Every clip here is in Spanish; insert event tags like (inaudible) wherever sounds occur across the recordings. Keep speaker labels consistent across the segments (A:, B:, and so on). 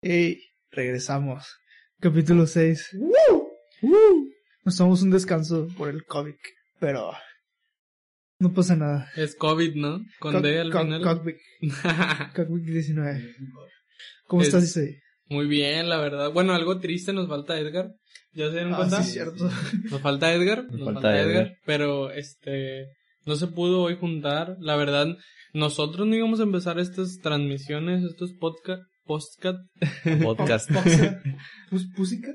A: Y regresamos. Capítulo 6.
B: ¡Woo! ¡Woo!
A: Nos tomamos un descanso por el COVID, pero no pasa nada.
B: Es COVID, ¿no? Con D al final.
A: COVID. COVID 19. ¿Cómo
B: Es-
A: estás, Issei?
B: (laughs) Muy bien, la verdad. Bueno, algo triste nos falta Edgar. ¿Ya se dieron
A: Ah,
B: cuenta?
A: sí, cierto.
B: Nos falta Edgar. Nos, falta,
C: falta
B: Edgar.
C: Edgar.
B: Pero este. No se pudo hoy juntar. La verdad, nosotros no íbamos a empezar estas transmisiones, estos podcast. Podcast. (laughs)
C: Podcast.
A: ¿Pus-
C: (laughs)
A: ¿Pusica?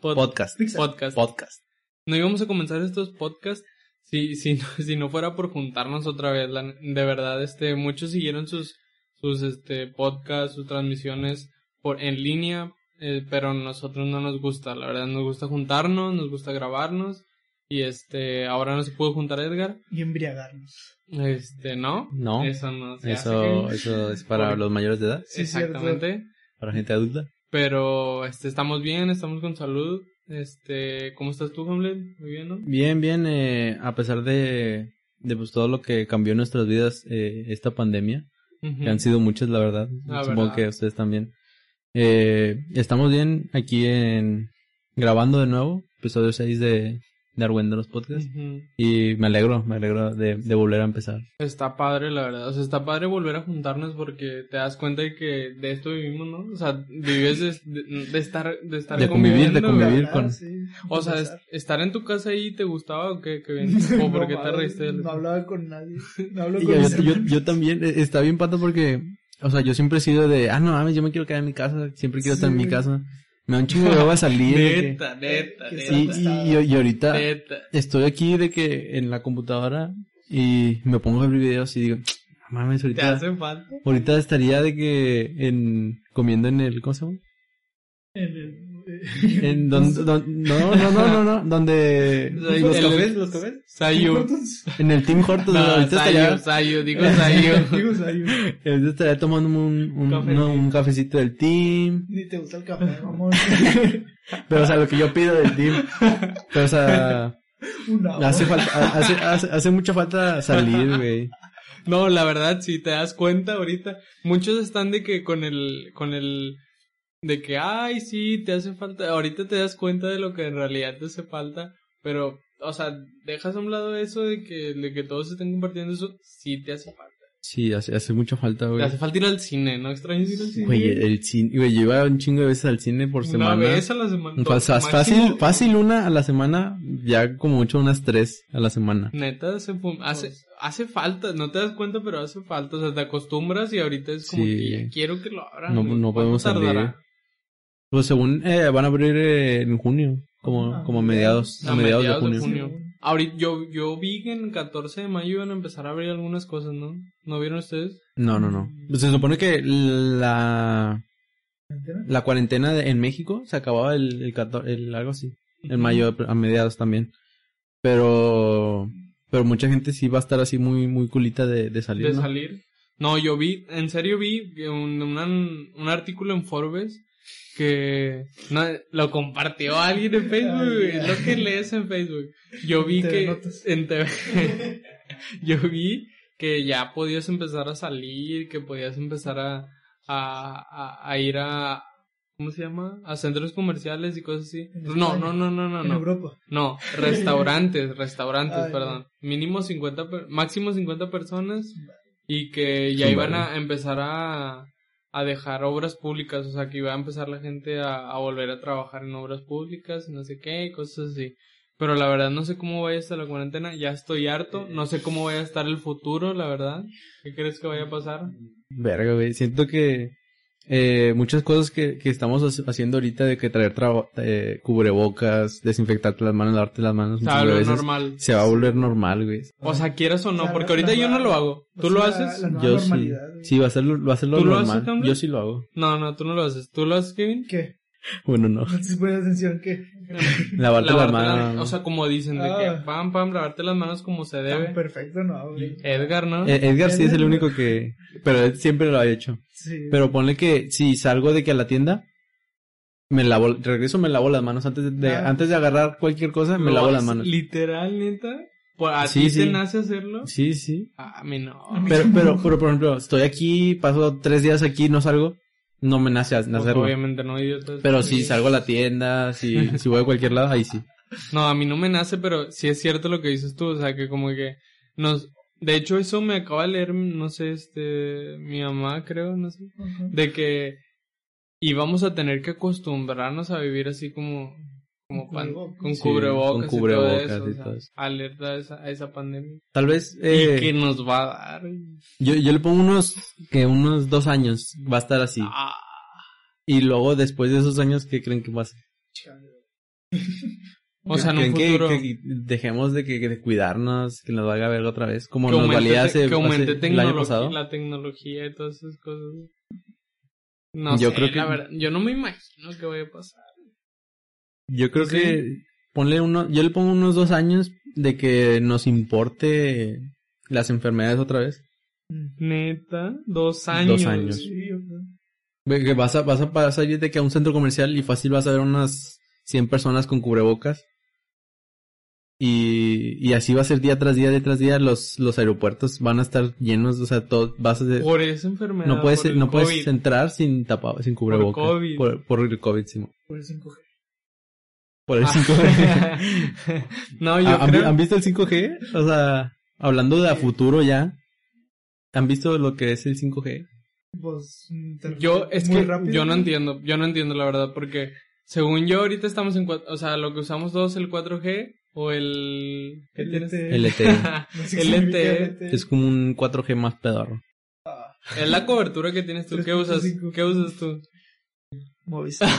B: pod-
C: Podcast.
B: podcast.
C: Podcast.
B: No íbamos a comenzar estos podcasts si, si, no, (laughs) si no fuera por juntarnos otra vez. la- de verdad, este, muchos siguieron sus, sus este, podcasts, sus transmisiones por, en línea, eh, pero nosotros no nos gusta. La verdad, nos gusta juntarnos, nos gusta grabarnos. Y este, ahora no se pudo juntar Edgar.
A: Y embriagarnos.
B: Este, no.
C: No.
B: Eso no se
C: Eso,
B: hace.
C: eso es para
B: Por-
C: los mayores de edad,
A: Sí, cierto.
B: Exactamente.
C: para gente adulta.
B: Pero este, estamos bien, estamos con salud. Este, ¿cómo estás tú, Hamlet? Muy bien, ¿no?
C: Bien, bien, eh, a pesar de, de pues, todo lo que cambió en nuestras vidas eh, esta pandemia, que han
B: Ujú.
C: sido muchas, la verdad,
B: La
C: supongo
B: verdad.
C: que ustedes también. Eh, estamos bien aquí en grabando de nuevo, episodio 6 de, de Argüenderos Podcast,
B: Ujú.
C: y me alegro, me alegro de, de volver a empezar.
B: Está padre, la verdad. O sea, está padre volver a juntarnos porque te das cuenta de que de esto vivimos, ¿no? O sea, vives de, de- de estar, de estar
C: De convivir, de
B: conviviendo,
C: convivir.
B: güey.
A: Hablar,
C: con-
A: Ah, sí,
B: O sea, es-
A: conversar.
B: estar en tu casa ahí te gustaba o qué,
A: (laughs)
B: qué bien. ¿O por qué te
A: madre,
B: reíste? del-
A: No hablaba con nadie. No hablo
C: Y
A: con
C: yo,
A: mis
C: yo,
A: hermanos.
C: yo también, eh, está bien pato porque, o sea, yo siempre he sido de, ah, no mames, yo me quiero quedar en mi casa, siempre quiero estar en
A: Sí.
C: mi casa. Me da un chingo de hueva salir. de que-
B: Neta, neta,
A: que
C: Sí,
B: neta,
C: y, y- y ahorita
B: neta.
C: estoy aquí de que en la computadora y me pongo a ver videos y digo, "No mames,
B: ¿Te
C: ahorita,
B: hace falta?
C: ahorita estaría de que en comiendo en el, ¿cómo se llama?
A: En el- eh, (laughs)
B: (laughs)
C: En don, don- no, no, no, no, no, donde
B: ¿Los cafés? ¿Los
C: cafés?
A: (laughs)
B: Sayu. (laughs)
A: Entonces,
C: En el Team Hortons,
B: No,
C: ahorita
B: Sayu,
C: estaría,
B: Sayu,
A: (laughs)
B: digo Sayu.
A: digo, Sayo,
C: ahorita estaría tomando un, un,
B: Café.
C: no, un cafecito del Team.
A: Ni te gusta el café,
B: (laughs)
A: mamón.
C: Pero, o sea, lo que yo pido del team. Pero,
B: (laughs)
C: o sea,
A: Una hora.
C: hace, falta, hace, hace, hace mucha falta salir, güey.
B: No, la verdad, si te das cuenta ahorita, muchos están de que con el, con el, de que, ay, sí, te hace falta, ahorita te das cuenta de lo que en realidad te hace falta, pero, o sea, dejas a un lado eso de que, de que todos estén compartiendo eso, sí te hace falta.
C: Sí, hace, hace mucha falta,
B: Te
C: güey.
B: hace falta ir al cine, ¿no extrañas ir al cine?
C: Güey, el cine, güey, yo iba un chingo de veces al cine eh, por
B: Una
C: semana.
B: vez a la semana.
C: Fa- fa-
B: máximo.
C: fácil, fácil una a la semana, ya como mucho unas tres a la semana.
B: Neta, se fum- hace, hace falta, no te das cuenta, pero hace falta, o sea, te acostumbras y ahorita es como
C: Sí.
B: que ya quiero que lo abran.
C: No-
B: güey.
C: no
B: ¿Cuánto
C: podemos salir.
B: tardará?
C: Pues según, eh, van a abrir eh, en junio,
A: Ah,
C: como, como a
A: mediados.
C: mediados,
B: A
C: a mediados,
B: mediados de
C: de junio.
B: junio. Ahorita yo, yo vi que en 14 de mayo iban a empezar a abrir algunas cosas, ¿no? ¿No vieron ustedes?
C: No, no, no. Pues se supone que la, la cuarentena de- en México se acababa el, el, 14 el algo así. en mayo a mediados también. Pero pero mucha gente sí va a estar así muy muy culita de, de salir.
B: De
C: ¿no?
B: salir. No, yo vi, en serio vi que un, una- un artículo en Forbes que no, lo compartió alguien en Facebook,
A: Ay,
B: güey,
A: ya.
B: es lo que lees en Facebook. Yo vi
A: TV
B: que
A: Notas.
B: en TV (laughs) yo vi que ya podías empezar a salir, que podías empezar a, a, a, a ir a ¿cómo se llama? a centros comerciales y cosas así.
A: En
B: No,
A: España.
B: no, no, no, no,
A: en
B: no.
A: Europa.
B: No,
A: (laughs)
B: restaurantes, restaurantes,
A: Ay,
B: perdón. Mínimo 50, per- máximo 50 personas y que ya
C: Sí,
B: iban
C: vale.
B: a empezar a, a dejar obras públicas, o sea, que iba a empezar la gente a, a volver a trabajar en obras públicas, no sé qué, y cosas así. Pero la verdad no sé cómo vaya a estar la cuarentena, ya estoy harto, no sé cómo vaya a estar el futuro, la verdad. ¿Qué crees que vaya a pasar?
C: Verga, güey. Siento que eh, muchas cosas que, que estamos haci- haciendo ahorita de que traer traba- eh, cubrebocas, desinfectarte las manos, lavarte las manos
B: O
C: muchas
B: sea, lo
C: veces,
B: normal.
C: se va a volver normal, güey.
B: O sea, quieras o no,
A: La-
B: porque ahorita
A: la-
B: yo no lo hago. ¿Tú
A: Es
B: lo
A: la-
B: haces?
A: Pues La nueva
C: Yo sí.
A: normalidad, güey. güey.
C: Sí, va a ser, lo- va a ser lo
B: ¿Tú lo haces,
C: normal.
B: Cameron?
C: Yo sí lo hago.
B: No, no, tú no lo haces. ¿Tú lo haces,
A: (laughs)
B: Kevin?
A: ¿Qué?
B: (laughs)
C: Bueno, no.
A: No te pones atención, ¿qué?
C: Lavarte, la
B: Lavarte la-
C: mano.
B: O sea, como dicen, de
A: Ah.
B: que pam, pam, lavarte las manos como se
A: Tan
B: debe.
A: perfecto, no, güey.
B: Edgar, ¿no?
C: Eh, Edgar sí es el único que... Pero él siempre lo ha hecho.
A: Sí.
C: Pero ponle que si salgo de que a la tienda, me lavo, regreso me lavo las manos antes de, de-
A: Ah.
C: antes de agarrar cualquier cosa, me
B: ¿Lo
C: lavo las
B: haces
C: manos.
B: Literal, neta. ¿Por, ¿A
C: Sí,
B: ti te
C: sí.
B: nace hacerlo? Ah,
C: Sí, sí.
B: A mí no.
C: Pero, pero, pero, por ejemplo, estoy aquí, paso tres días aquí, no salgo, no me nace a-
B: Pues,
C: hacerlo.
B: obviamente no, idiota.
C: Pero si
B: Sí.
C: salgo a la tienda, si, si voy a cualquier lado, ahí sí.
B: No, a mí no me nace, pero sí es cierto lo que dices tú, o sea, que como que nos... De hecho, eso me acaba de leer, no sé, este, mi mamá, creo, no sé,
A: Ajá.
B: de que íbamos a tener que acostumbrarnos a vivir así como, como pan-
A: Cubrebocas.
B: con
C: Sí,
B: cubrebocas,
C: con
B: y todo
C: cubrebocas
B: eso,
C: y
B: o sea,
C: todo eso.
B: alerta a esa, a esa pandemia.
C: Tal vez,
B: ¿Y
C: eh,
B: qué nos va a dar?
C: yo, yo le pongo unos, que unos dos años va a estar así.
B: Ah,
C: Y luego, después de esos años, ¿qué creen que pasa?
B: o sea, en un
C: ¿Creen que,
B: futuro... Que,
C: que dejemos de, que, que de cuidarnos, que nos valga verga otra vez? Como nos
B: aumente,
C: valía
B: te-
C: hace,
B: que aumente
C: hace- el año
B: tecnologi-
C: pasado.
B: la tecnología y todas esas cosas. No
C: Yo
B: sé,
C: creo que-
B: la verdad, yo no me imagino que vaya a pasar.
C: Yo creo
B: Sí.
C: que ponle uno, yo le pongo unos dos años de que nos importe las enfermedades otra vez.
B: Neta, dos años.
C: años.
A: Sí, yo creo.
C: Ve Que vas a, vas a pasar de que a un centro comercial y fácil vas a ver unas 100 personas con cubrebocas. Y, y así va a ser día tras día, día tras día, los, los aeropuertos van a estar llenos, o sea, todo, vas a ser-
B: Por esa enfermedad.
C: no puedes,
B: por el
C: no puedes
B: COVID.
C: entrar sin tapa, sin cubrebocas.
B: COVID.
C: Por, por el COVID, sí.
A: Por el 5G.
C: Por el
B: Ah.
C: 5G.
B: no, (laughs) yo
C: ¿Han,
B: creo.
C: han visto el 5G? O sea, hablando de a futuro ya. ¿Han visto lo que es el 5G?
A: Pues, mm, te-
B: yo, es
A: muy
B: que
A: rápido,
B: yo no
A: güey.
B: entiendo, yo no entiendo la verdad, porque según yo ahorita estamos en, cua- o sea, lo que usamos todos el 4G o el... ¿Qué
A: El
B: tienes?
A: LTE.
C: El
A: (laughs)
C: LTE.
B: (laughs)
A: No sé qué
B: el E
A: significa E
B: LTE.
A: LTE.
C: es como un 4G más pedorro.
B: Es la cobertura que tienes tú, ¿qué usas?
A: 3.5.
B: ¿Qué usas tú?
A: Movistar.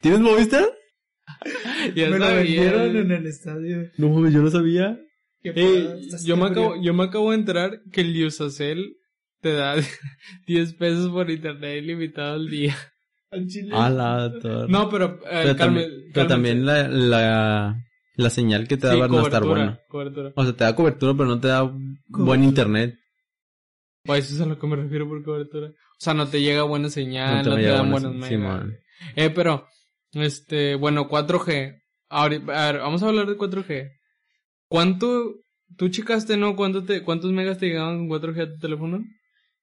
C: ¿Tienes Movistar?
A: (laughs)
B: ya
A: Me lo
B: sabía.
A: vendieron en el estadio.
C: No, mames, yo no sabía.
A: Qué
B: Ey,
A: parada, estás
B: yo, me
A: ebrio.
B: acabo, yo me acabo de enterar que el Yusacel te da (laughs) 10 pesos por internet ilimitado al día.
A: Al chile.
C: A la torre.
B: No, pero, eh,
C: pero,
B: calme-
C: también,
B: cálmense.
C: pero también la, la, la señal que te
B: Sí,
C: daba no estar
B: cobertura,
C: buena.
B: cobertura.
C: O sea, te da cobertura, pero no te da buen internet.
B: Pues eso es a lo que me refiero por cobertura. O sea, no te llega buena señal, Ah, no,
C: me
B: te
C: llega
B: dan
C: buena
B: buenos
C: se- sí,
B: megas.
C: man.
B: eh, pero, este, bueno, 4G. Ahori- a ver, vamos a hablar de 4G. ¿Cuánto, tú checaste, no? ¿Cuánto te, ¿Cuántos megas te llegaban con 4G a tu teléfono?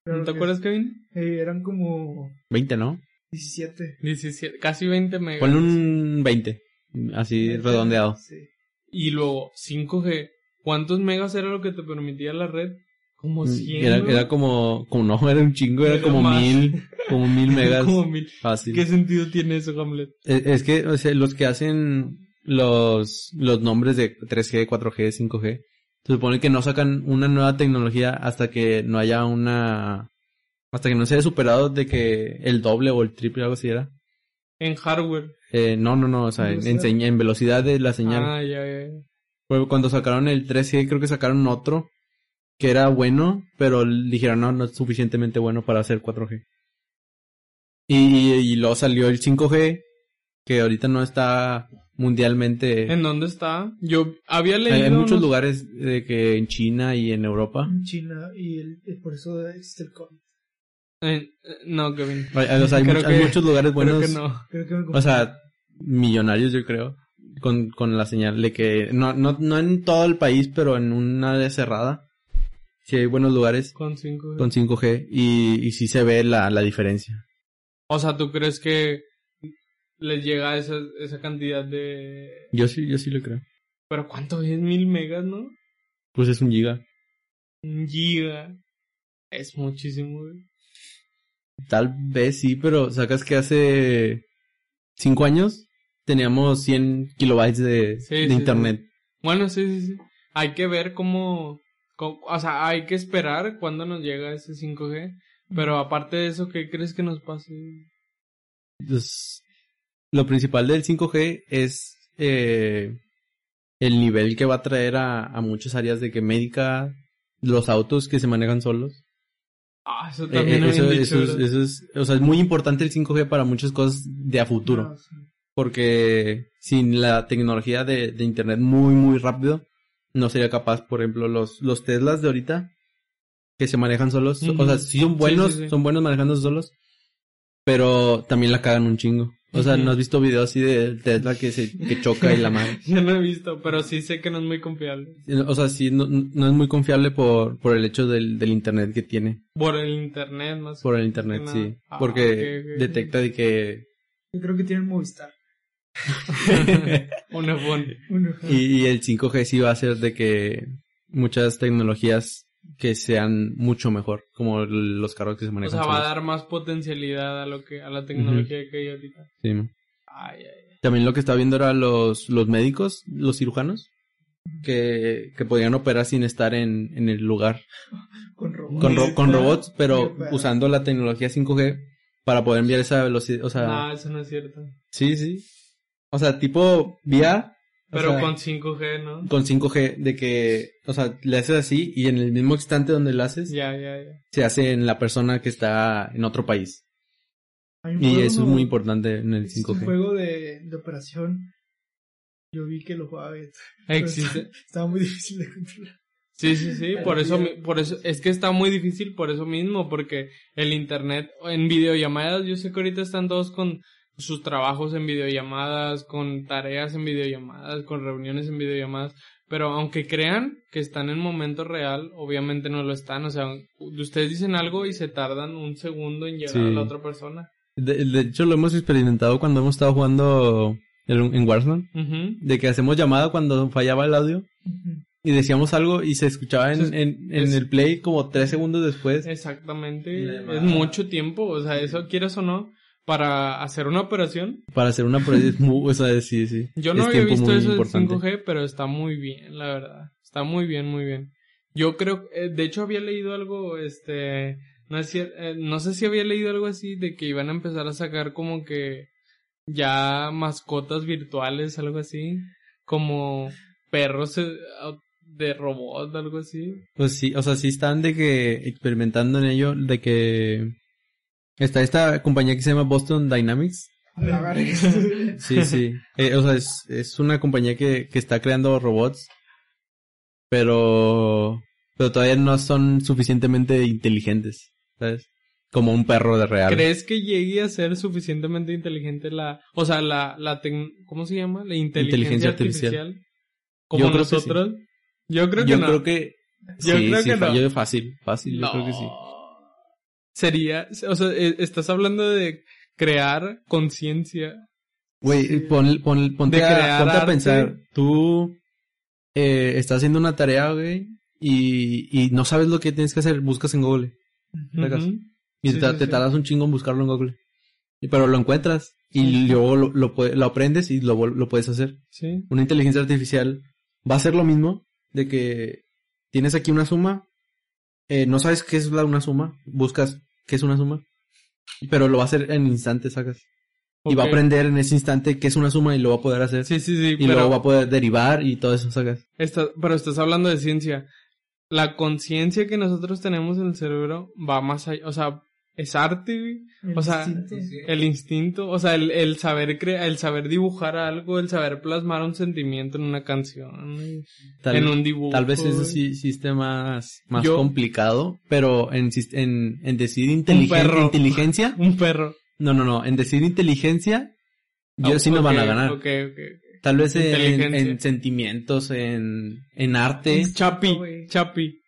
A: Claro
B: ¿Te
A: que-
B: acuerdas, Kevin?
A: Ey, eran como
C: 20, ¿no?
A: 17.
B: 17, casi 20 megas.
C: Ponle un 20. Así redondeado.
A: Sí.
B: Y luego, 5G. ¿Cuántos megas era lo que te permitía la red? Como 100.
C: Mm, Era,
B: ¿no?
C: era como, como no, (laughs) era un chingo, era
B: Era
C: como
B: más.
C: mil,
B: (laughs)
C: como mil megas.
B: Como mil.
C: Fácil. Eh,
B: ¿Qué sentido tiene eso, Hamlet?
C: Es, es que o sea, los que hacen los, los nombres de 3G, 4G, 5G, se supone que no sacan una nueva tecnología hasta que no haya una... Hasta que no se haya superado de que el doble o el triple, algo así era.
B: En hardware.
C: Eh, no, no, no, o sea, en, en
A: Velocidad.
C: señ- en velocidad de la señal.
B: Ah, ya, ya. ya.
C: Fue Cuando sacaron el 3G, creo que sacaron otro que era bueno, pero dijeron no, no es suficientemente bueno para hacer 4G. Y, y, y luego salió el 5G, que ahorita no está mundialmente. En,
B: ¿En dónde está? Yo había leído.
C: en muchos
B: unos-
C: lugares de que en China y en Europa.
A: En China y el, y por eso existe el COVID.
B: en- eh, no, Kevin.
C: Hay, hay- o sea, hay
B: Creo
C: much- hay
B: que-
C: muchos lugares buenos.
B: Creo que no.
A: Creo que me
C: O sea, millonarios yo creo. Con, con la señal de que no, no, no en todo el país, pero en una área cerrada. Sí hay buenos lugares.
B: Con 5G.
C: con 5G y, y sí se ve la, la diferencia.
B: O sea, ¿tú crees que les llega esa, esa cantidad de.
C: Yo sí, yo sí lo creo.
B: ¿Pero cuánto es? Mil megas, ¿no?
C: Pues es un giga.
B: Un giga. Es muchísimo, güey.
C: Tal vez sí, pero sacas que hace 5 años teníamos 100 kilobytes de,
B: Sí,
C: de
B: sí,
C: internet.
B: Bueno, sí, sí, sí. Hay que ver cómo, cómo- O sea, hay que esperar cuando nos llega ese 5G. Pero aparte de eso, ¿qué crees que nos pase?
C: Entonces, lo principal del 5G es eh, el nivel que va a traer a, a muchas áreas de que médica, los autos que se manejan solos.
B: Ah, eso
C: Eh,
B: también
C: eh,
B: lo
C: eso,
B: habían dicho,
C: eso es,
B: ¿verdad?
C: eso es- o sea, es muy importante el 5G para muchas cosas de a futuro.
A: Ah, sí.
C: Porque sin la tecnología de, de internet muy, muy rápido, no sería capaz, por ejemplo, los, los Teslas de ahorita, que se manejan solos. O
B: Ujú.
C: sea, sí son
B: Sí,
C: buenos,
B: sí, sí.
C: son buenos manejándose solos, pero también la cagan un chingo. O sea,
B: Ujú.
C: ¿no has visto videos así de Tesla que se que choca y la madre?
B: (laughs) Yo no he visto, pero sí sé que no es muy confiable.
C: O sea, sí, no, no es muy confiable por, por el hecho del, del internet que tiene.
B: Por el internet más.
C: Por el internet,
B: Más que
C: sí.
B: nada. Ah,
C: Porque
B: ok, ok.
C: detecta de que
A: Yo creo que tienen Movistar.
C: (laughs)
B: Un iPhone.
A: Bueno,
C: Y, y el 5G sí va a ser de que muchas tecnologías que sean mucho mejor, como el- los carros que se
B: O
C: manejan.
B: sea, va a
C: solos.
B: dar más potencialidad a lo que a la tecnología que hay ahorita.
C: Sí, mo.
B: Ay, ay.
C: También lo que estaba viendo era los, los médicos, los cirujanos, que, que podían operar sin estar en, en el lugar
A: con robots.
C: con, ro- con
B: Neta.
C: robots, pero
A: Qué perro.
C: usando la tecnología 5G para poder enviar esa velocidad. O sea,
B: No, eso no es cierto.
C: sí, sí. O sea, tipo VR. o
B: Pero
C: sea,
B: con 5G, ¿no?
C: con 5G, de que, o sea, le haces así y en el mismo instante donde lo haces,
B: Ya, ya, ya.
C: se hace en la persona que está en otro país.
A: Hay un
C: Y
A: juego-
C: eso es muy importante en
B: Este
C: el
A: existe un
C: 5G.
A: juego de, de operación. Yo vi que lo jugaba
C: (laughs)
A: bien.
C: pues,
B: Existe.
A: (laughs) Estaba muy difícil de controlar.
B: Sí, sí, sí, por eso, mi- por eso, es que está muy difícil por eso mismo, porque el internet en videollamadas, yo sé que ahorita están todos con sus trabajos en videollamadas, con tareas en videollamadas, con reuniones en videollamadas, pero aunque crean que están en momento real, obviamente no lo están, o sea, ustedes dicen algo y se tardan un segundo en llegar
C: Sí.
B: a la otra persona.
C: De, de hecho, lo hemos experimentado cuando hemos estado jugando el- en Warzone,
B: Ujú.
C: de que hacemos llamada cuando fallaba el audio y decíamos algo y se escuchaba en,
B: Es-
C: en, en
B: es-
C: el play como tres segundos después.
B: Exactamente,
C: La llamada.
B: es mucho tiempo, o sea, eso quieras o no, para hacer una operación,
C: Para hacer una prueba es muy- o sea, sí, sí.
B: Yo no
C: Es
B: había
C: tiempo
B: visto
C: muy
B: eso del
C: importante.
B: 5G, pero está muy bien, la verdad. Está muy bien, muy bien. Yo creo, eh, de hecho había leído algo, este, no, es cier- eh, no sé si había leído algo así de que iban a empezar a sacar como que ya mascotas virtuales, algo así, como perros eh, de robot, algo así.
C: Pues sí, o sea, sí están de que experimentando en ello, de que está esta compañía que se llama Boston Dynamics,
A: A la verga. (laughs)
C: Sí, sí.
B: (laughs)
C: Eh, o sea, es, es una compañía que, que está creando robots, pero, pero todavía no son suficientemente inteligentes, ¿sabes? Como un perro de real.
B: ¿Crees que llegue a ser suficientemente inteligente la, o sea, la, la tec- ¿cómo se llama? La inteligencia,
C: Inteligencia
B: artificial.
C: artificial.
B: Como
C: Yo creo que sí.
B: nosotros. Yo creo que
C: yo
B: no.
C: creo que...
B: Yo
C: sí,
B: creo
C: sí,
B: que
C: fa-
B: no.
C: yo- fácil, fácil, yo creo que sí.
B: No. Sería, o sea, e- estás hablando de crear conciencia.
C: Güey,
A: Sí.
C: pon- pon- ponte,
B: De
C: a,
B: crear
C: ponte a
B: arte.
C: pensar, tú eh, estás haciendo una tarea, güey, y, y no sabes lo que tienes que hacer, buscas en Google. Sacas.
B: Ujú.
C: Y
B: Sí,
C: te,
B: sí,
C: te
B: sí.
C: tardas un chingo en buscarlo en Google. Y- Pero lo encuentras y luego lo, lo, pue- lo aprendes y lo, vol- lo puedes hacer.
B: Sí.
C: Una inteligencia artificial va a ser lo mismo de que tienes aquí una suma, eh, no sabes qué es la, una suma, buscas qué es una suma, pero lo va a hacer en instantes, sacas. Y va a
B: Ok.
C: aprender en ese instante qué es una suma y lo va a poder hacer.
B: Sí, sí, sí.
C: y
B: pero,
C: luego va a poder derivar y todo eso, sacas.
B: está- pero estás hablando de ciencia. La conciencia que nosotros tenemos en el cerebro va más allá. O sea, es arte, güey.
C: (laughs)
B: O sea, el instinto, o sea, el, el saber crea, el saber dibujar algo, el saber plasmar un sentimiento en una canción,
C: Tal-
B: en un dibujo.
C: Tal vez eso
B: güey.
C: sí existe más, más
B: Yo-
C: complicado, pero en, sis- en, en decir inteligen-
B: perro.
C: inteligencia,
B: Un perro.
C: no, no, no, en decir inteligencia, yo
B: Ah,
C: sí nos van a
B: ok,
C: ganar.
B: ok, ok.
C: Tal vez en,
B: Inteligencia.
C: en sentimientos, en, en arte,
B: Chapi,
A: güey.
B: Chapi.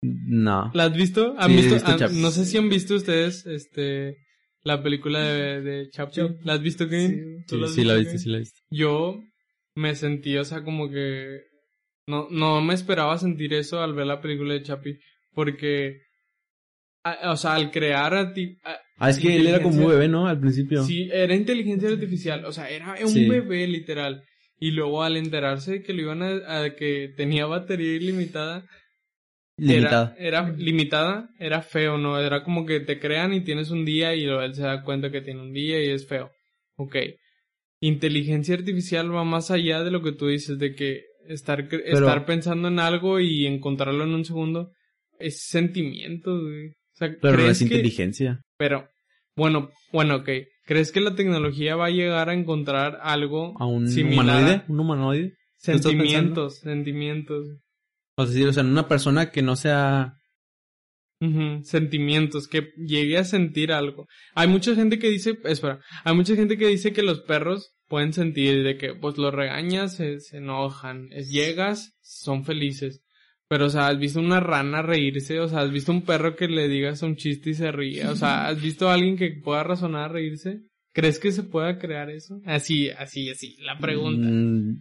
C: no.
B: ¿La has visto? ¿Han
C: Sí, he
B: visto?
C: visto
B: han-
C: Chapi.
B: no sé si han visto ustedes este la película de, de Chapi.
A: Chapi.
B: ¿La has visto, Kevin?
A: Sí.
B: ¿Tú has
C: sí, la
B: visto,
C: viste,
B: Kevin?
C: sí la viste.
B: Yo me sentí, o sea, como que no, no me esperaba sentir eso al ver la película de Chapi, porque a- o sea, al crear a ti, a-
C: Ah, es que él era como un
B: Inteligencia.
C: bebé, ¿no? Al principio.
B: Sí, era inteligencia artificial, o sea, era un
C: Sí.
B: bebé literal. Y luego al enterarse de que lo iban a, a que tenía batería ilimitada,
C: Limitado.
B: Era, era limitada, era feo, ¿no? Era como que te crean y tienes un día y luego él se da cuenta que tiene un día y es feo. Ok. Inteligencia artificial va más allá de lo que tú dices, de que estar, cre-
C: Pero-
B: estar pensando en algo y encontrarlo en un segundo es sentimiento, güey. O sea,
C: Pero no
B: ¿crees
C: es
B: que-
C: inteligencia.
B: Pero, bueno, bueno, ok. ¿Crees que la tecnología va a llegar a encontrar algo
C: A un
B: similar a
C: humanoide. Un humanoide. ¿Tú estás
B: sentimientos, sentimientos?
C: O sea, sí, o sea, en una persona que no sea.
B: Ujú, Sentimientos, que llegue a sentir algo. Hay mucha gente que dice, espera, hay mucha gente que dice que los perros pueden sentir de que pues los regañas, se, se enojan, es- llegas, son felices. Pero, o sea, has visto una rana reírse, o sea, has visto un perro que le digas un chiste y se ríe, o sea,
C: (laughs)
B: has visto a alguien que pueda razonar reírse. ¿Crees que se pueda crear eso? Así, así, así, la pregunta.
C: Mm,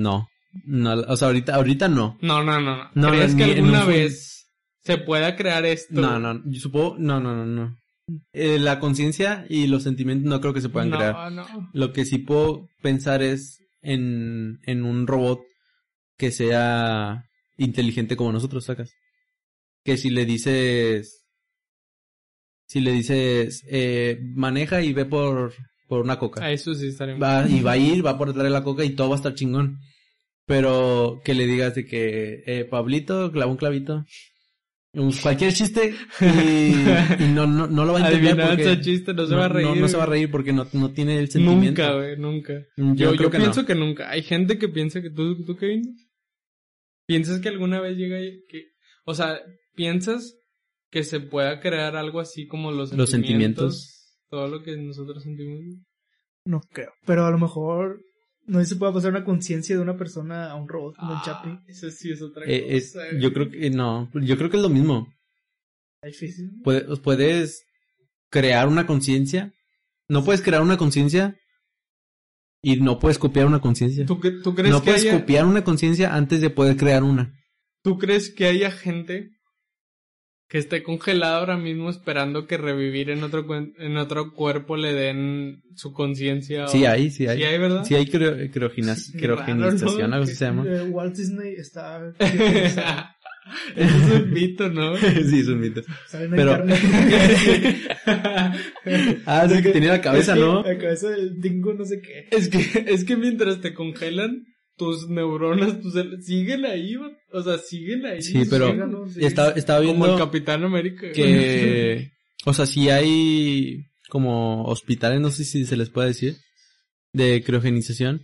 C: no. No, o sea, ahorita, ahorita no.
B: No, no, no, no.
C: No,
B: ¿Crees
C: en
B: que
C: mi- en un
B: alguna
C: fu-
B: vez se pueda crear esto?
C: No, no, yo supongo, no, no, no, no. Eh, la conciencia y los sentimientos no creo que se puedan
B: no,
C: crear.
B: no.
C: Lo que sí puedo pensar es en, en un robot que sea inteligente como nosotros, sacas. Que si le dices, si le dices, eh, maneja y ve por, por una coca.
B: A eso sí estaría
C: Va, y va a ir, va por detrás de la coca y todo va a estar chingón. Pero que le digas de que, eh, Pablito clavó un clavito. Un- Cualquier chiste y, y no, no, no lo va a entender
B: Adivinanza,
C: porque
B: chiste, no se va a reír.
C: No, no se va a
B: güey.
C: reír porque no, no tiene el sentimiento.
B: Nunca, güey, nunca.
C: Yo,
B: Yo, yo,
C: creo que
B: pienso
C: no.
B: que nunca. Hay gente que piensa que tú, tú Kevin, piensas que alguna vez llega y que, o sea, piensas que se pueda crear algo así como los sentimientos,
C: Los
B: todo lo que nosotros sentimos.
A: No creo. Pero a lo mejor no sé si se puede pasar una conciencia de una persona a un robot como
B: Ah,
A: un chapi.
B: eso sí es otra
C: Eh, es-
B: cosa. güey.
C: yo creo que no. Yo creo que es lo mismo.
A: Está difícil.
C: Puede- puedes crear una conciencia. No puedes crear una conciencia y no puedes copiar una conciencia.
B: ¿Tú, cre- tú crees
C: No
B: que
C: puedes
B: haya,
C: copiar una conciencia antes de poder crear una.
B: tú crees que haya gente que esté congelada ahora mismo esperando que revivir en otro cuen- en otro cuerpo le den su conciencia? o-
C: Sí hay, sí hay.
B: Sí hay, ¿verdad?
C: Sí hay creo- creoginas-
B: Qué raro,
C: creogenización,
B: ¿no?
C: algo así se llama.
A: Eh, Walt Disney está.
B: (laughs) Ese es un mito, ¿no?
C: (laughs) sí, es un mito.
A: Sale una
C: Pero- (laughs)
A: carne.
C: Ah, sí, que tenía la cabeza,
A: Es que
C: ¿no?
A: La cabeza del dingo, no sé qué.
B: (laughs) es que es que mientras te congelan tus neuronas, tus cel- siguen ahí, va- o sea, siguen ahí.
C: Sí, pero
B: síganos, sí.
C: Estaba, estaba
B: como el
C: viendo
B: Capitán América.
C: que, o sea, si hay como hospitales, no sé si se les puede decir, de creogenización,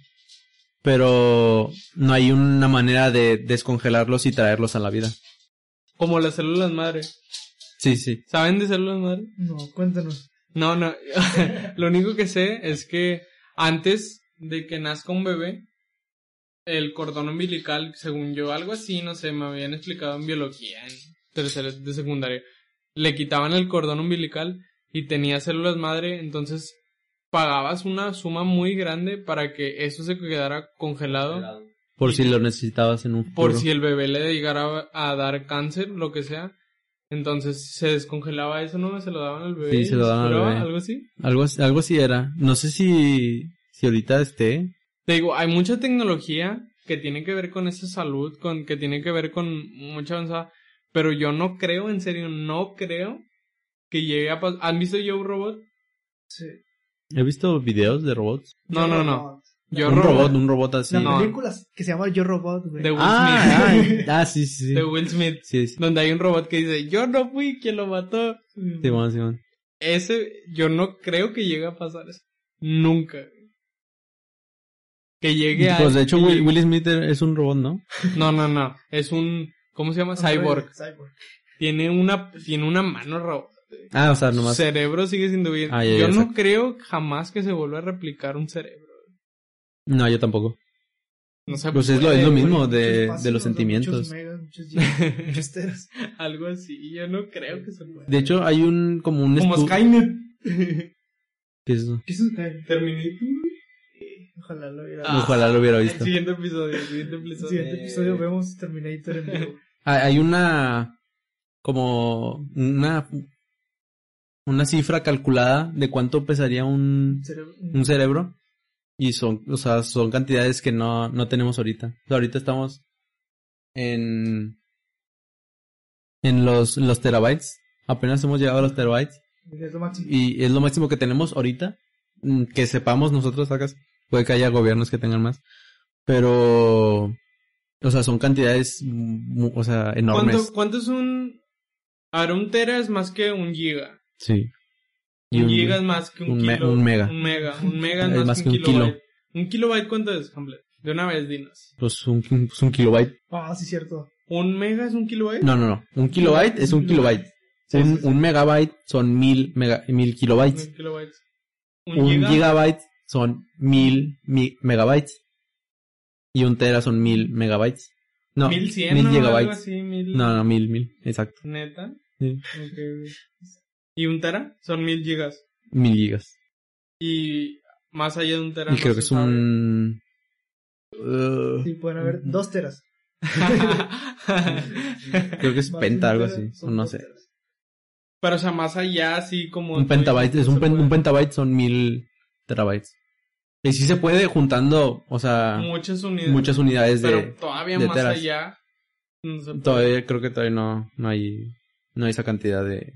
C: pero no hay una manera de descongelarlos y traerlos a la vida.
B: (laughs) como las células madre.
C: Sí, sí.
B: ¿Saben de células madre?
A: No, cuéntanos.
B: No, no. (laughs) Lo único que sé es que antes de que nazca un bebé, el cordón umbilical, según yo, algo así, no sé, me habían explicado en biología, en tercero de secundaria, le quitaban el cordón umbilical y tenía células madre, entonces pagabas una suma muy grande para que eso se quedara congelado.
C: Por si lo necesitabas en un
B: Por
C: futuro.
B: si el bebé le llegara a a dar cáncer, lo que sea, entonces se descongelaba eso, ¿no? Se lo daban al bebé.
C: Sí,
B: y
C: se lo daban al
B: curaba,
C: bebé.
B: Algo así.
C: Algo, as- algo así era. No sé si, si ahorita esté.
B: Te digo, hay mucha tecnología que tiene que ver con esa salud, con que tiene que ver con mucha avanzada, pero yo no creo, en serio, no creo que llegue a pasar. ¿Han visto Yo Robot?
A: Sí.
C: He visto videos de robots.
B: No, no, no. Yo
C: un robot,
B: Robot,
C: un robot así.
A: La
B: No.
A: película que se llama Yo Robot, güey.
B: De Will
C: Ah,
B: Smith.
C: ah, ah, sí, sí, sí.
B: de Will Smith,
C: Sí, sí.
B: donde hay un robot que dice, yo no fui quien lo mató.
C: Simón, Simón.
B: Ese, yo no creo que llegue a pasar eso. Nunca. Que llegue a...
C: Pues de hecho
B: que
C: Will,
B: llegue-
C: Will Smith es un robot, ¿no?
B: No, no, no. Es un... ¿Cómo se llama? Cyborg.
A: Ah, Cyborg.
B: Tiene una, tiene una mano robot.
C: Ah, o sea, nomás.
B: cerebro sigue sin vivir.
C: Ah, ya, ya,
B: Yo no
C: exacto.
B: creo jamás que se vuelva a replicar un cerebro.
C: No, yo tampoco.
B: No sé,
C: Pues es lo,
B: (laughs)
C: es lo mismo
A: Muchos
C: de, de los
A: pasos, Muchos
C: sentimientos.
A: megas, muchos gigas, muchos teras.
B: (laughs) algo así. Yo no creo que se pueda.
C: De hecho, hay un como un
B: como
C: estu-
B: Skynet. (laughs)
C: ¿Qué es eso?
A: (laughs) ¿Qué es un cyborg?
B: Terminator.
A: Ojalá lo hubiera.
B: Ah,
C: Ojalá lo hubiera
B: El
C: visto.
B: siguiente episodio. El siguiente
A: En el
B: episodio.
A: siguiente episodio vemos Terminator en
C: (laughs)
A: vivo.
C: Hay, hay una como una una cifra calculada de cuánto pesaría un,
A: Cerebro-
C: un cerebro y son, o sea, son cantidades que no, no tenemos ahorita. O sea, ahorita estamos en en los en los terabytes. Apenas hemos llegado a los terabytes.
A: Es lo máximo.
C: y es lo máximo que tenemos ahorita mm, que sepamos nosotros sacas puede que haya gobiernos que tengan más pero o sea son cantidades mm, mu- o sea
B: ¿Cuánto,
C: enormes
B: ¿Cuánto es un Ahora, un tera es más que un giga.
C: Sí.
B: Un, giga es más que un,
C: un me-
B: kilo.
C: un mega.
B: Un mega. Un mega
C: (laughs) Es
B: es más que un,
C: kilo.
B: kilobyte. Un kilobyte, ¿cuánto es, Hamlet? De una vez, dinos.
C: Pues un, pues un kilobyte.
A: Ah, sí, cierto.
B: ¿Un mega es un kilobyte?
C: No, no, no. Un kilobyte es un kilobyte.
B: Sí,
C: un,
B: sí, sí.
C: un megabyte son mil, mega, mil kilobytes.
B: Mil kilobytes. Un,
C: Un
B: giga,
C: gigabyte son mil mi- megabytes. Y un tera son mil megabytes. No,
B: mil cien,
C: mil
B: ¿no? Algo
C: gigabytes.
B: así, mil...
C: No, no, mil, mil. Exacto.
B: ¿Neta?
C: Sí.
B: Ok, güey. ¿Y un tera? Son mil gigas.
C: Mil gigas.
B: Y más allá de un tera.
C: Y
B: no
C: creo
B: se
C: que es
B: sabe.
C: un... Uh,
A: Sí, pueden haber
C: Ujú.
A: dos teras.
C: (laughs) creo que es
A: Más
C: penta,
A: un
C: algo
A: tera,
C: así.
A: son
C: o No
A: dos
C: sé.
A: teras.
B: Pero, o sea, más allá, así como.
C: Un
B: tú dices,
C: pentabyte, es
B: se
C: un, pen-
B: puede.
C: un pentabyte son mil terabytes. Y sí se puede juntando, o sea,
B: Muchas unidades.
C: muchas unidades
B: Pero
C: de...
B: todavía
C: de
B: más
C: teras.
B: allá. no se puede.
C: Todavía creo que todavía no, no hay no hay esa cantidad de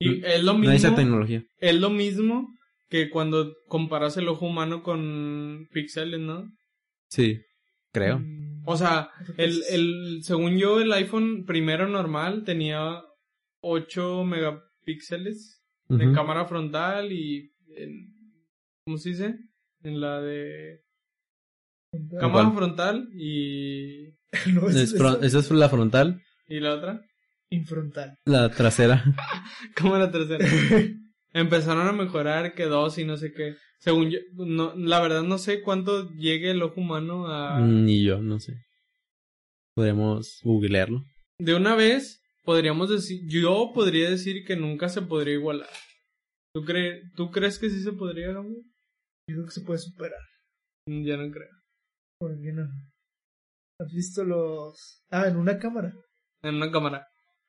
B: Y es lo
C: no hay esa
B: mismo.
C: tecnología.
B: es lo mismo que cuando comparas el ojo humano con píxeles, ¿no?
C: Sí, creo.
B: O sea, el, el, según yo, el iPhone primero normal tenía 8 megapíxeles Mm, de
C: Ujú.
B: cámara frontal y. en- ¿Cómo se dice? En la de. Cámara
C: cuál?
B: frontal y.
A: (laughs) No, es,
C: Es fron-
A: es
C: esa es la frontal,
B: ¿Y la otra? (laughs)
A: infrontal.
C: la trasera.
B: Cámara tercera. Empezaron a mejorar que dos y no sé qué. Según yo, no, la verdad no sé cuánto llegue el ojo humano a...
C: (laughs) Ni yo, no sé. Podríamos googlearlo.
B: De una vez, podríamos decir, yo podría decir que nunca se podría igualar. ¿Tú, cre- ¿tú crees que sí se podría, Gabriel?
A: Yo creo que se puede superar.
B: Mm, Ya no creo.
A: ¿Por qué no? ¿Has visto los. Ah, en una cámara.
B: En una cámara.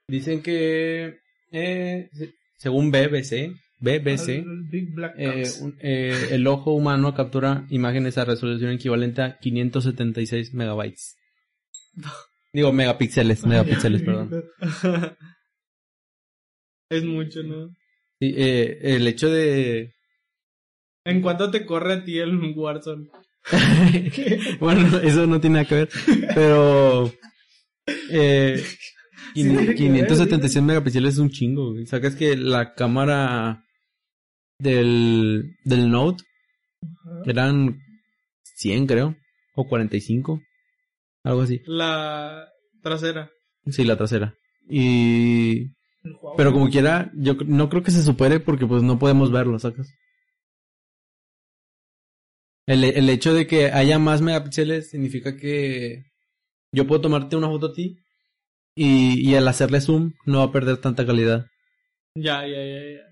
C: Dicen que eh, se- según BBC, BBC
A: Al- al Big Black
C: eh,
A: Cocks.
C: un- eh, el ojo humano captura imágenes a resolución equivalente a 576 megabytes. Digo
A: (laughs)
C: megapíxeles, megapíxeles, perdón.
B: es mucho, ¿no?
C: Sí, eh, el hecho de
B: ¿En cuánto te corre a ti el Warzone?
C: (laughs) bueno, eso no tiene nada que ver, pero
A: (laughs)
C: eh,
A: Sí tiene que ver,
C: 576 megapíxeles es un chingo. güey. Sacas que la cámara del, del Note
A: Ajá.
C: eran 100, creo, o 45, algo así.
B: La trasera.
C: Sí, la trasera. Y
A: El Huawei.
C: pero como quiera, yo cr- no creo que se supere porque pues no podemos verlo, sacas. El, el hecho de que haya más megapíxeles significa que yo puedo tomarte una foto a ti y, y al hacerle zoom no va a perder tanta calidad.
B: Ya, ya, ya, ya.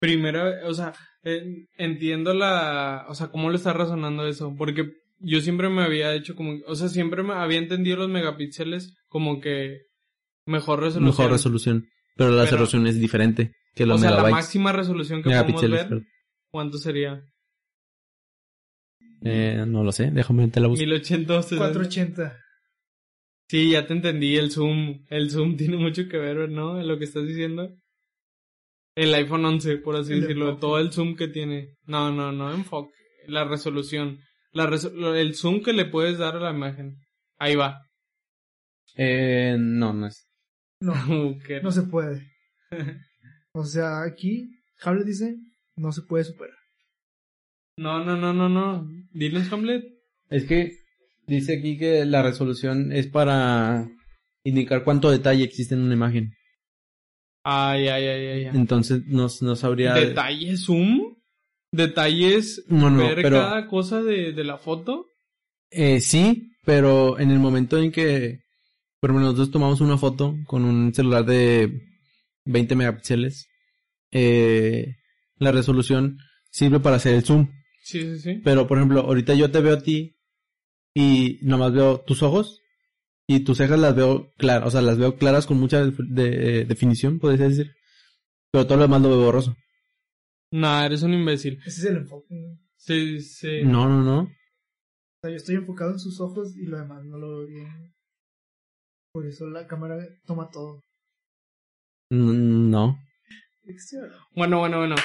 B: Primero, o sea, eh, entiendo la, o sea, cómo lo está razonando eso, porque yo siempre me había hecho como, o sea, siempre me había entendido los megapíxeles como que mejor resolución.
C: Mejor resolución. Pero la
B: Pero-
C: resolución es diferente que
B: O
C: los
B: sea, la
C: megabytes.
B: máxima resolución que podemos
C: megapíxeles,
B: ver, ¿cuánto sería?
C: perdón. Eh, no lo sé, déjame te la busco.
B: 1080 o 60.
A: 480.
B: Sí, ya te entendí, el zoom, el zoom (laughs) tiene mucho que ver, ¿no? En lo que estás diciendo. El iPhone 11, por así
A: El
B: decirlo,
A: enfoque.
B: todo el zoom que tiene. No, no, no, enfoque, la resolución, la reso- lo- el zoom que le puedes dar a la imagen. Ahí va. (laughs)
C: Eh, no, no es.
A: No,
B: Ok.
A: no se puede. O sea, aquí, Hamlet dice, no se puede superar.
B: No, no, no, no, no. Diles Hamlet.
C: Es que dice aquí que la resolución es para indicar cuánto detalle existe en una imagen.
B: Ay, ay, ay, ay. ay.
C: Entonces no, no sabría.
B: Detalles zoom, detalles
C: No, no,
B: ver
C: pero
B: cada cosa de, de la foto.
C: eh, sí, pero en el momento en que, por ejemplo, nosotros tomamos una foto con un celular de 20 megapíxeles, eh, la resolución sirve para hacer el zoom.
B: Sí, sí, sí.
C: Pero, por ejemplo, ahorita yo te veo a ti y nomás veo tus ojos y tus cejas las veo claras, o sea, las veo claras con mucha def- de- eh, definición, podrías decir. Pero todo lo demás lo veo borroso.
B: Nah, eres un imbécil.
A: Ese es el enfoque. O
B: Sí, sí.
C: No, no, no.
A: sea, yo estoy enfocado en sus ojos y lo demás no lo veo bien. Por eso la cámara toma todo.
C: Mm, No.
A: Exterior.
B: Bueno, bueno, bueno.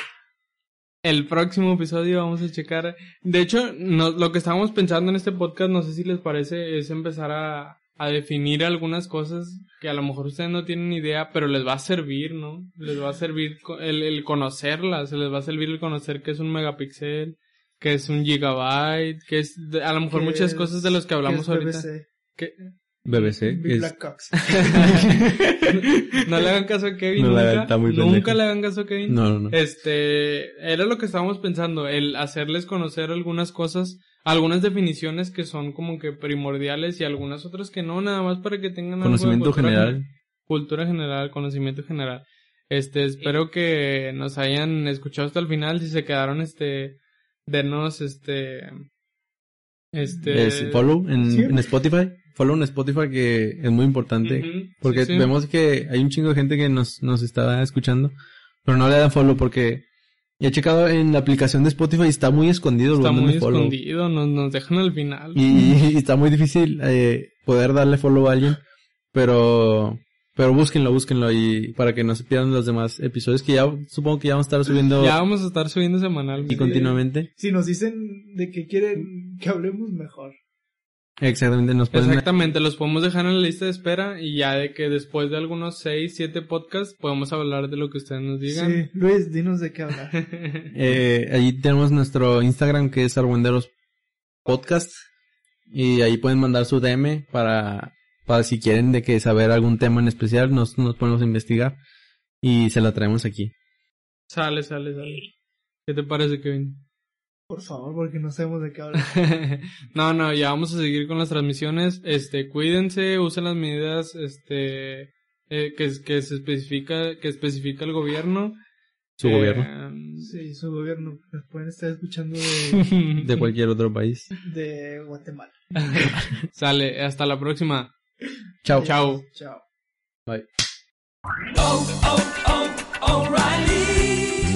B: El próximo episodio vamos a checar. De hecho, no- lo que estábamos pensando en este podcast, no sé si les parece, es empezar a, a definir algunas cosas que a lo mejor ustedes no tienen idea, pero les va a servir, ¿no? Les va a servir co- el, el conocerlas, les va a servir el conocer qué es un megapíxel, qué es un gigabyte, que es de- a lo mejor
A: Que
B: muchas
A: es-
B: cosas de las que
A: que
B: hablamos
A: es
B: ahorita.
A: BBC,
B: que-
C: BBC
A: Big
C: es
A: Black Cox.
B: (laughs) no le hagan caso a Kevin
C: No le
B: nunca.
C: hagan- está muy
B: nunca
C: pendejo.
B: le hagan caso a Kevin.
C: No, no, no.
B: Este, era lo que estábamos pensando, el hacerles conocer algunas cosas, algunas definiciones que son como que primordiales y algunas otras que no, nada más para que tengan
C: Conocimiento
B: algo de cultura
C: general.
B: gen- Cultura general, conocimiento general. Este, espero que nos hayan escuchado hasta el final, si se quedaron este, denos este, este,
C: Es follow en,
A: Sí.
C: en Spotify. Follow en Spotify que es muy importante.
B: Ujú,
C: Porque
B: sí, sí.
C: vemos que hay un chingo de gente que nos, nos está escuchando, pero no le dan follow porque he checado en la aplicación de Spotify y está muy escondido el
B: Está
C: botón de
B: muy
C: follow.
B: escondido, nos, nos dejan al final.
C: Y, y está muy difícil eh, poder darle follow a alguien, pero pero búsquenlo, búsquenlo y para que no se pierdan los demás episodios que ya supongo que ya vamos a estar subiendo
B: Ya vamos a estar subiendo semanalmente.
C: y continuamente.
A: (laughs) Si nos dicen de que quieren que hablemos mejor.
C: Exactamente, nos pueden
B: Exactamente, los podemos dejar en la lista de espera y ya de que después de algunos 6, 7 podcasts podemos hablar de lo que ustedes nos digan.
A: Sí, Luis, dinos de qué hablar. (laughs)
C: Eh, ahí tenemos nuestro Instagram que es Argüenderos Podcast. Y ahí pueden mandar su DM para, para si quieren de que saber algún tema en especial, nos, nos ponemos a investigar y se la traemos aquí.
B: (laughs) Sale, sale, sale. ¿Qué te parece, Kevin? (laughs)
A: Por favor, porque no sabemos de qué hablar.
B: no, no, ya vamos a seguir con las transmisiones. Este, cuídense, usen las medidas, este, eh, que, que se especifica, que especifica el gobierno.
C: Su
B: Eh,
C: gobierno.
A: Sí, su gobierno. Nos pueden estar escuchando de,
B: Em,
C: De cualquier otro país.
A: de Guatemala.
B: (laughs) Sale, hasta la próxima.
C: Chao.
B: Chao.
A: Chao.
C: Bye.